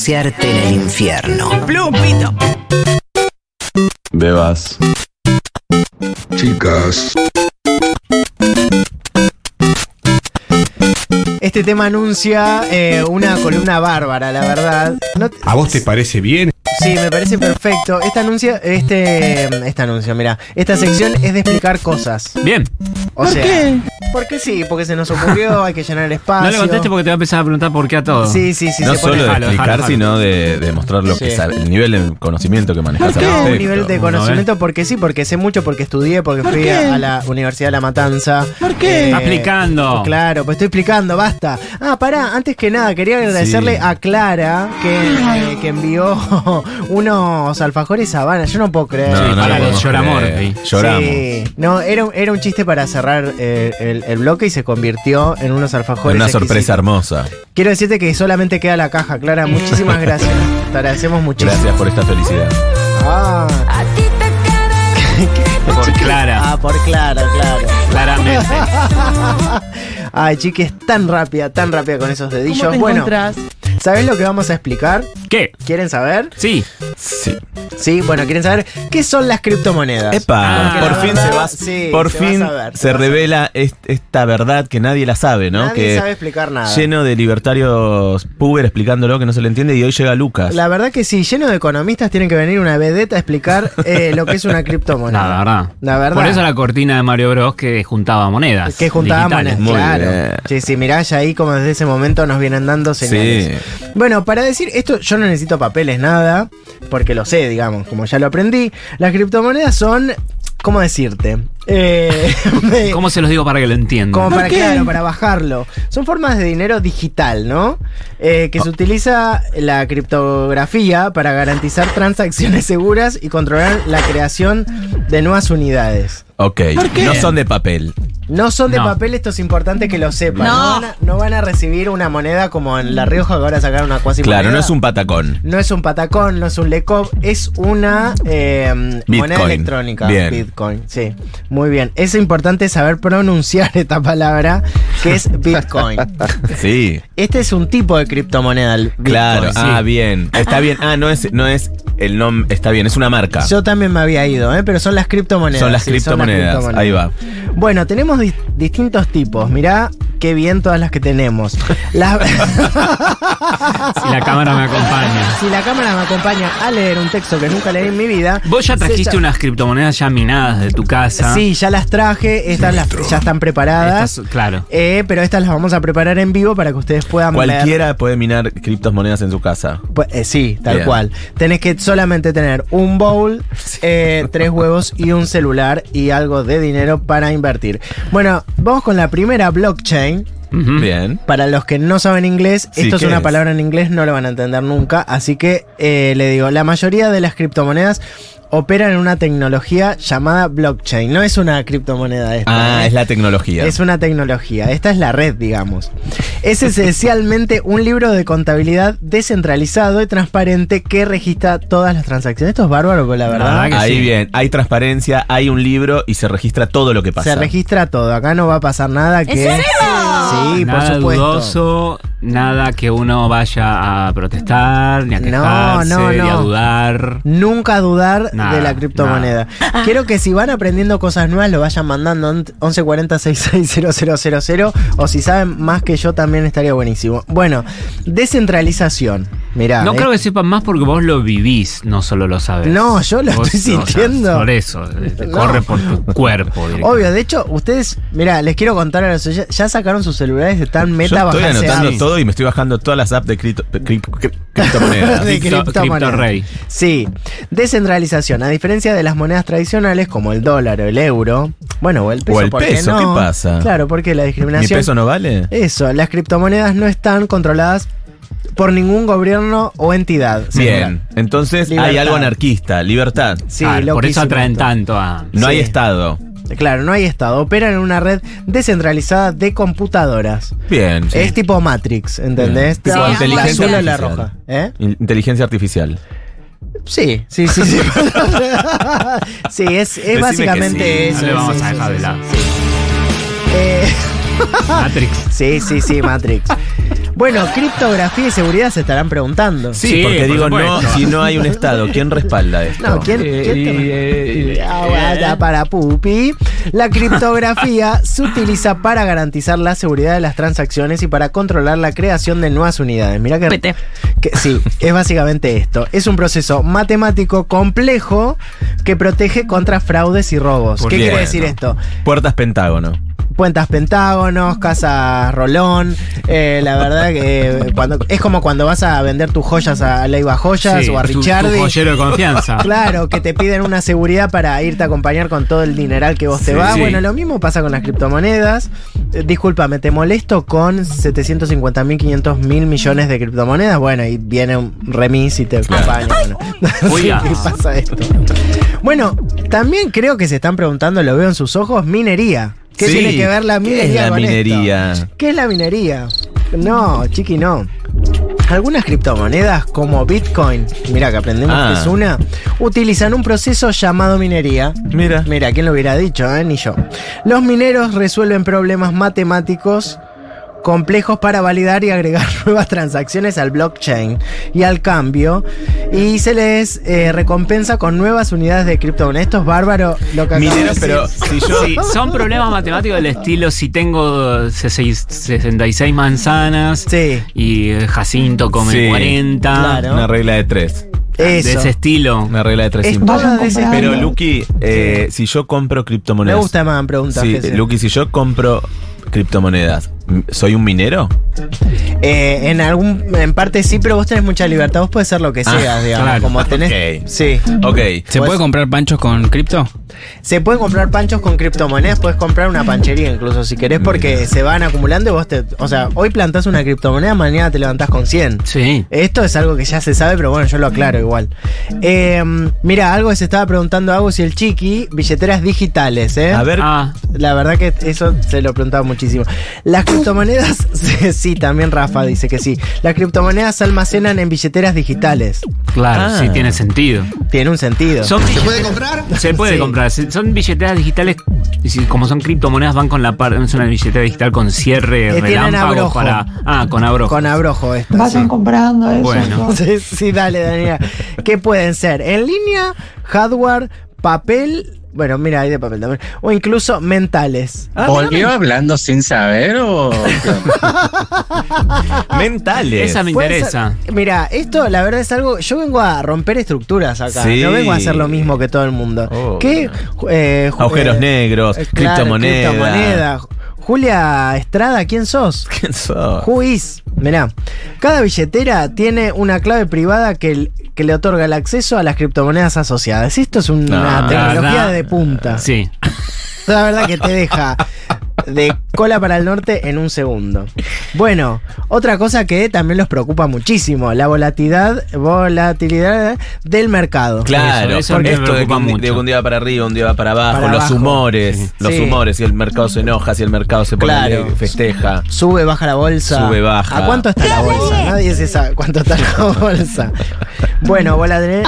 pasearte en el infierno. Plumito. Bebas. Chicas, Este tema anuncia eh, una columna bárbara, la verdad. No te- ¿A vos te parece bien? Sí, me parece perfecto. Esta anuncia, este, este anuncio, mira, esta sección es de explicar cosas. Bien, O sea, porque sí, porque se nos ocurrió, hay que llenar el espacio. no le conteste porque te va a empezar a preguntar por qué a todo. Sí, sí, sí. no se pone- solo de Dejalo, explicar, dejalo, dejalo. sino de, de mostrar lo Sí. que sabe, el nivel de conocimiento que manejas. al No, un respecto. nivel de Uno, ¿eh? conocimiento porque sí, porque sé mucho, porque estudié, porque fui a la Universidad de La Matanza. Eh, ¿Por qué? Está explicando. Claro, pues estoy explicando, basta. Ah, pará, antes que nada, quería agradecerle a Clara que, eh, que envió unos alfajores Habana. Yo no puedo creer. No, Sí, no, para lo los podemos lloramor, creer. sí. Lloramos. Sí. No, era, un- era un chiste para cerrar eh, el, el bloque y se convirtió en unos alfajores. Una exquisitos. sorpresa hermosa. Quiero decirte que solamente queda la caja, Clara. Muchísimas gracias. Te agradecemos muchísimo. Gracias por esta felicidad. Ah, Por Clara, ah, por Clara, claro. claramente. Ay, chiqui, es tan rápida, tan rápida con esos dedillos. bueno, ¿sabés lo que vamos a explicar? ¿Qué? ¿Quieren saber? Sí, Sí. Sí, bueno, ¿quieren saber qué son las criptomonedas? Epa, Ah, por la fin verdad, se va, sí, por se va a fin saber, se se va a revela est- esta verdad que nadie la sabe, ¿no? Nadie que sabe explicar nada. lleno de libertarios puber explicándolo que no se le entiende y hoy llega Lucas. La verdad que sí, lleno de economistas tienen que venir una vedeta a explicar eh, lo que es una criptomoneda. nada, la verdad. La verdad. Por eso la cortina de Mario Bros. que juntaba monedas. Que juntábamos, digitales. Muy claro. bien. Sí, sí, mirá, ya ahí como desde ese momento nos vienen dando señales. Bueno, para decir esto, yo no necesito papeles, nada, porque lo sé, digamos, como ya lo aprendí. Las criptomonedas son, ¿cómo decirte? Eh, me- ¿Cómo se los digo para que lo entiendan? como para, claro, para bajarlo. Son formas de dinero digital, ¿no? Eh, que se Ah. utiliza la criptografía para garantizar transacciones seguras y controlar la creación de nuevas unidades. Ok, no son de papel. No son de No. papel, esto es importante que lo sepan. No. van a, no van a recibir una moneda como en La Rioja que ahora sacaron una cuasi Claro, moneda. no es un patacón. No es un patacón, no es un lecop, es una eh, moneda Bitcoin. electrónica. Bien. Bitcoin, sí. Muy bien. Es importante saber pronunciar esta palabra que es Bitcoin. Sí. este es un tipo de criptomoneda. el Bitcoin. Claro, sí. ah, bien. Está bien. Ah, no es, no es el nombre, está bien, es una marca. Yo también me había ido, ¿eh? pero son las criptomonedas. Son las sí, criptomonedas. Ahí va. Bueno, tenemos dis- distintos tipos. Mirá qué bien todas las que tenemos. Las. Si la cámara me acompaña. Si la cámara me acompaña a leer un texto que nunca leí en mi vida. Vos ya trajiste se- unas criptomonedas ya minadas de tu casa. Sí, ya las traje, estas las, ya están preparadas. Estas- claro. eh, pero estas las vamos a preparar en vivo para que ustedes puedan ver. Cualquiera puede minar criptomonedas en su casa. Pues, eh, sí, tal Bien. cual. Tenés que solamente tener un bowl, eh, tres huevos y un celular y algo de dinero para invertir. Bueno, vamos con la primera blockchain. Ujú. Mm. Bien. Para los que no saben inglés, Sí, esto es ¿qué una es? palabra en inglés, no lo van a entender nunca. Así que eh, le digo, la mayoría de las criptomonedas operan en una tecnología llamada blockchain. No es una criptomoneda esta. Ah, ¿eh? es la tecnología. Es una tecnología. Esta es la red, digamos. Es esencialmente un libro de contabilidad descentralizado y transparente que registra todas las transacciones. Esto es bárbaro, pero la verdad. verdad que Ahí sí. bien, hay transparencia, hay un libro y se registra todo lo que pasa. Se registra todo. Acá no va a pasar nada que. Sí, nada por supuesto. dudoso, nada que uno vaya a protestar, ni a No, quejarse, no, ni a no. dudar. Nunca dudar Nada, de la criptomoneda. Quiero que si van aprendiendo cosas nuevas lo vayan mandando on- 1140660000 o si saben más que yo también estaría buenísimo. Bueno, descentralización. Mirá. no eh. creo que sepan más porque vos lo vivís, no solo lo sabés. No, yo lo Vos, estoy o sea, sintiendo. por eso, eh, te No. corre por tu cuerpo. directamente. Obvio, de hecho, ustedes, mira, les quiero contar a los oyentes, ya sacaron sus celulares de tan Yo meta estoy bajarse anotando apps. todo y me estoy bajando todas las apps de cripto- cri- cri- criptomonedas. de Cripto- criptomonedas. Cripto Rey. Sí, descentralización. A diferencia de las monedas tradicionales como el dólar o el euro, bueno, o el peso, el ¿por peso, no? ¿qué pasa? Claro, porque la ¿Mi discriminación. peso no vale? Eso, las criptomonedas no están controladas por ningún gobierno o entidad. Bien, entonces hay Libertad. algo anarquista, libertad. Sí, Ah, por eso loquísimo atraen esto. tanto a. No hay Sí. Estado. Claro, no hay Estado. Operan en una red descentralizada de computadoras. Bien. Es tipo Matrix, ¿entendés? Bien. Tipo Sí, la inteligencia azul o la artificial. roja. ¿Eh? In- Inteligencia artificial. Sí, sí, sí, sí. sí, es, es básicamente que eso. No le vamos sí, a sí, dejar sí, de sí. lado. Eh, Matrix. Sí, sí, sí, Matrix. Bueno, criptografía y seguridad se estarán preguntando. Sí, Sí, porque por digo, no, supuesto. si no hay un Estado, ¿quién respalda esto? No, ¿quién, Eh, quién te- y, eh, y- Aguanta eh. para Pupi. La criptografía se utiliza para garantizar la seguridad de las transacciones y para controlar la creación de nuevas unidades. Mira que, Pete. que- Sí, es básicamente esto. Es un proceso matemático complejo que protege contra fraudes y robos. ¿Qué Bien. quiere decir esto? Puertas Pentágono. Puentas pentágonos, casas rolón. eh, la verdad que eh, cuando, es como cuando vas a vender tus joyas a Leiva Joyas Sí, o a tu- tu Richardi. joyero de confianza. Claro, que te piden una seguridad para irte a acompañar con todo el dineral que vos te Sí, vas. sí. Bueno, lo mismo pasa con las criptomonedas. Eh, discúlpame, te molesto con 750 mil, 500 mil millones de criptomonedas. Bueno, y viene un remis y te acompaña. Bueno. Oiga. ¿Qué pasa esto? Bueno, también creo que se están preguntando, lo veo en sus ojos, minería. ¿Qué Sí, tiene que ver la ¿qué minería? es la con esto? minería? ¿Qué es la minería? No, chiqui, no. Algunas criptomonedas como Bitcoin, mira que aprendemos Ah. que es una, utilizan un proceso llamado minería. Mira. Mira, ¿quién lo hubiera dicho? eh? Ni yo. Los mineros resuelven problemas matemáticos complejos para validar y agregar nuevas transacciones al blockchain y al cambio y se les eh, recompensa con nuevas unidades de criptomonedas. Esto es bárbaro lo que acabo de Mineros, decir. pero si yo. Sí, son problemas matemáticos del estilo si tengo 66 66 manzanas Sí, y eh, Jacinto come Sí, 40. claro. Una regla de tres. De eso. ese estilo. Una regla de tres Es simples. todo de ese Pero, estilo. Luqui, eh, si yo compro Me criptomonedas. gusta más preguntas. Sí, eh, Jesse. Luqui, si yo compro criptomonedas, ¿soy un minero? Eh, en algún en parte sí, pero vos tenés mucha libertad. Vos puedes ser lo que Ah, seas, digamos. claro. Como tenés. Ok. Sí. Ok. ¿Se Pues- puede comprar panchos con cripto? Se pueden comprar panchos con criptomonedas, puedes comprar una panchería incluso si querés, porque Mira. se van acumulando y vos te. O sea, hoy plantás una criptomoneda, mañana te levantás con 100. Sí. Esto es algo que ya se sabe, pero bueno, yo lo aclaro igual. Eh, mira, algo que se estaba preguntando Agus y el Chiqui, billeteras digitales, ¿eh? A ver. Ah, La verdad que eso se lo preguntaba muchísimo. Las criptomonedas, sí, sí, también Rafa dice que sí. Las criptomonedas se almacenan en billeteras digitales. claro, Ah. sí tiene sentido. Tiene un sentido. ¿Se puede comprar? Se puede Sí. comprar. Se- Son billeteras digitales. y si- Como son criptomonedas, van con la par- es una billetera digital con cierre Que tienen relámpago abrojo. para. Ah, con abrojo. Con abrojo esto. Vayan sí. comprando eso. Bueno. yo- Sí, sí, dale, Daniela. ¿Qué pueden ser? En línea, hardware, papel. Bueno, mira, hay de papel también. O incluso mentales. ¿Volvió hablando sin saber o Mentales. Esa me Puede ser- interesa. Mira, esto la verdad es algo. Yo vengo a romper estructuras acá. Sí. No vengo a hacer lo mismo que todo el mundo. Oh. ¿Qué? ju- eh, ju- Agujeros eh, negros, eh, claro, criptomonedas. criptomoneda. Julia Estrada, ¿quién sos? ¿Quién sos? Who is? Mirá, cada billetera tiene una clave privada que, el- que le otorga el acceso a las criptomonedas asociadas. Esto es una No, tecnología la verdad, de punta. Sí. La verdad que te deja de cola para el norte en un segundo. Bueno, otra cosa que también los preocupa muchísimo, la volatilidad, volatilidad del mercado. Claro, Eso, eso me esto de que, preocupa un, di- mucho. de que un día va para arriba, un día va para abajo, Para los abajo. humores, los Sí. humores, si el mercado se enoja, si el mercado se pone Claro. alegre, festeja. Sube, baja la bolsa. Sube, baja. ¿A cuánto está la bolsa? Nadie se sabe cuánto está la bolsa. Bueno, volatilidad.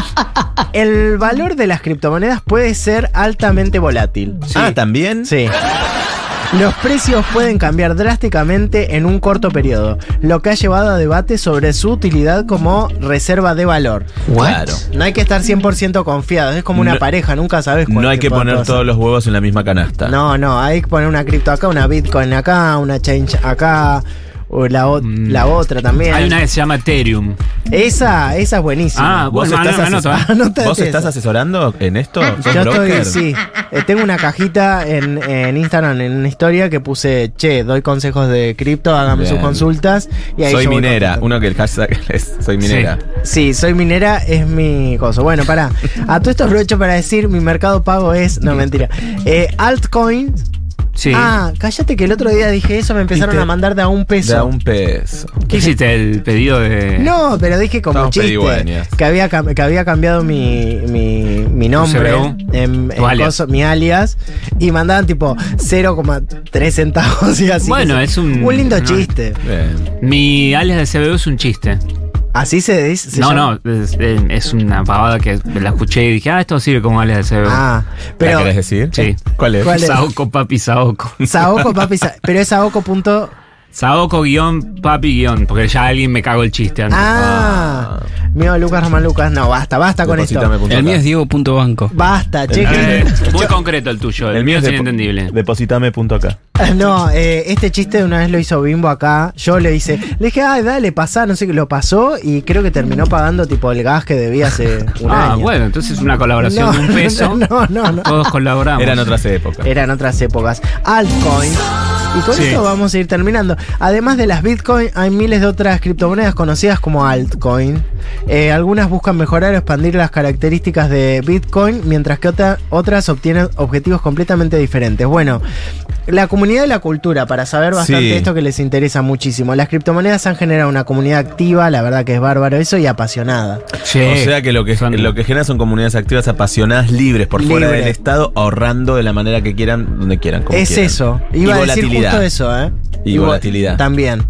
El valor de las criptomonedas puede ser altamente volátil. Ah, también. Sí. Los precios pueden cambiar drásticamente en un corto periodo, lo que ha llevado a debate sobre su utilidad como reserva de valor. Claro. No hay que estar 100% confiados, es como una No- pareja, nunca sabes cuál No hay que tipo de poner cosa. todos los huevos en la misma canasta. No, no, hay que poner una cripto acá, una Bitcoin acá, una Change acá, o la, o- Mm. la otra también. Hay una que se llama Ethereum. Esa, esa es buenísima. Ah, ¿Vos, Bueno, estás, ano- ases- anoto, ¿eh? Anótate ¿Vos estás esa. asesorando en esto? ¿Sos Ah, Yo broker? estoy, sí. Eh, tengo una cajita en, en Instagram, en una historia que puse, che, doy consejos de cripto, háganme Bien. sus consultas. Y ahí Soy yo voy minera. contestando. Uno que el hashtag es soy minera. Sí, soy minera, es mi cosa. Bueno, pará. A todo esto aprovecho para decir, mi mercado pago es, no mentira, eh, altcoins. Sí. Ah, cállate que el otro día dije eso, me empezaron Y te- a mandar de a un peso. Da un peso. ¿Qué hiciste el pedido de.? No, pero dije como Estamos chiste pedigüeñas. que había, cam- que había cambiado mi, mi, mi nombre, CBU, en, tu en alias. coso- mi alias, y mandaban tipo 0,3 centavos y así. Bueno, es un- Un lindo no. chiste. Bien. Mi alias de CBU es un chiste. Así se dice. se no, llama. no, es, eh, es una pavada que la escuché y dije, ah, esto sirve como alias de CBU. Ah, ¿La pero. querés decir? Sí. ¿Cuál es? ¿Cuál es? Saoco, papi, Saoco. Saoko, papi, Sa- pero es saoco punto Saoko-papi-, porque ya alguien me cago el chiste antes. Ah, mío, Lucas Román Lucas. No, basta, basta con esto. Depositame.com. El mío es Diego.banco. Basta, che. Eh, que- muy concreto el tuyo, el, mío es depo- inentendible. Depositame punto acá. No, eh, este chiste de una vez lo hizo Bimbo acá. Yo le hice, le dije, ay, dale, pasá, no sé qué, lo pasó y creo que terminó pagando tipo el gas que debía hace un ah, año. bueno, entonces es una colaboración de un peso. No, no, no. Todos colaboramos. Eran otras épocas. Eran otras épocas. Altcoins. Y con Sí. esto vamos a ir terminando. Además de las Bitcoin, hay miles de otras criptomonedas conocidas como altcoin. Eh, algunas buscan mejorar o expandir las características de Bitcoin, mientras que otra- otras obtienen objetivos completamente diferentes. Bueno, la comunidad y la cultura, para saber bastante Sí. esto que les interesa muchísimo. Las criptomonedas han generado una comunidad activa, la verdad que es bárbaro eso, y apasionada. Che, O sea que lo que, son- lo que genera son comunidades activas apasionadas, libres, por fuera Libre. del Estado, ahorrando de la manera que quieran, donde quieran. como Es quieran. eso. Iba y a decir volatilidad. justo eso, ¿eh? Y vo- volatilidad. También.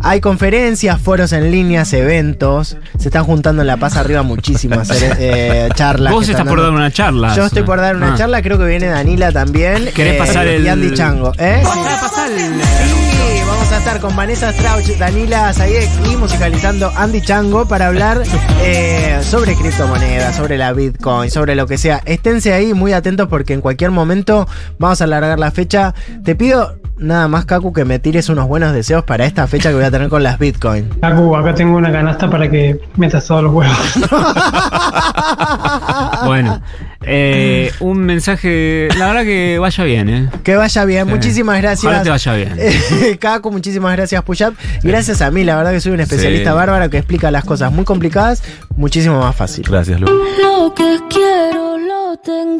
Hay conferencias, foros en líneas, eventos. Se están juntando en La Paz arriba muchísimas eh, eh, charlas. vos que estás están por dar dando. una charla. Yo estoy por dar una Ah. charla, creo que viene Danila también. eh, ¿Querés pasar el- Y Andy Chango, ¿eh? Sí. Ah, pasá el- Sí, vamos a estar con Vanessa Strauch, Danila Zayek y musicalizando Andy Chango para hablar eh, sobre criptomonedas, sobre la Bitcoin, sobre lo que sea. Esténse ahí muy atentos porque en cualquier momento vamos a alargar la fecha. Te pido nada más, Kaku, que me tires unos buenos deseos para esta fecha que voy a tener con las Bitcoin. Kaku, acá tengo una canasta para que metas todos los huevos. Bueno, eh, un mensaje. La verdad que vaya bien, ¿eh? Que vaya bien, muchísimas gracias. Ojalá te vaya bien. Eh, Caco, muchísimas gracias, Puyap. Gracias a mí, la verdad que soy un especialista Sí. bárbaro que explica las cosas muy complicadas, muchísimo más fácil. Gracias, Lu. Lo que quiero lo tengo.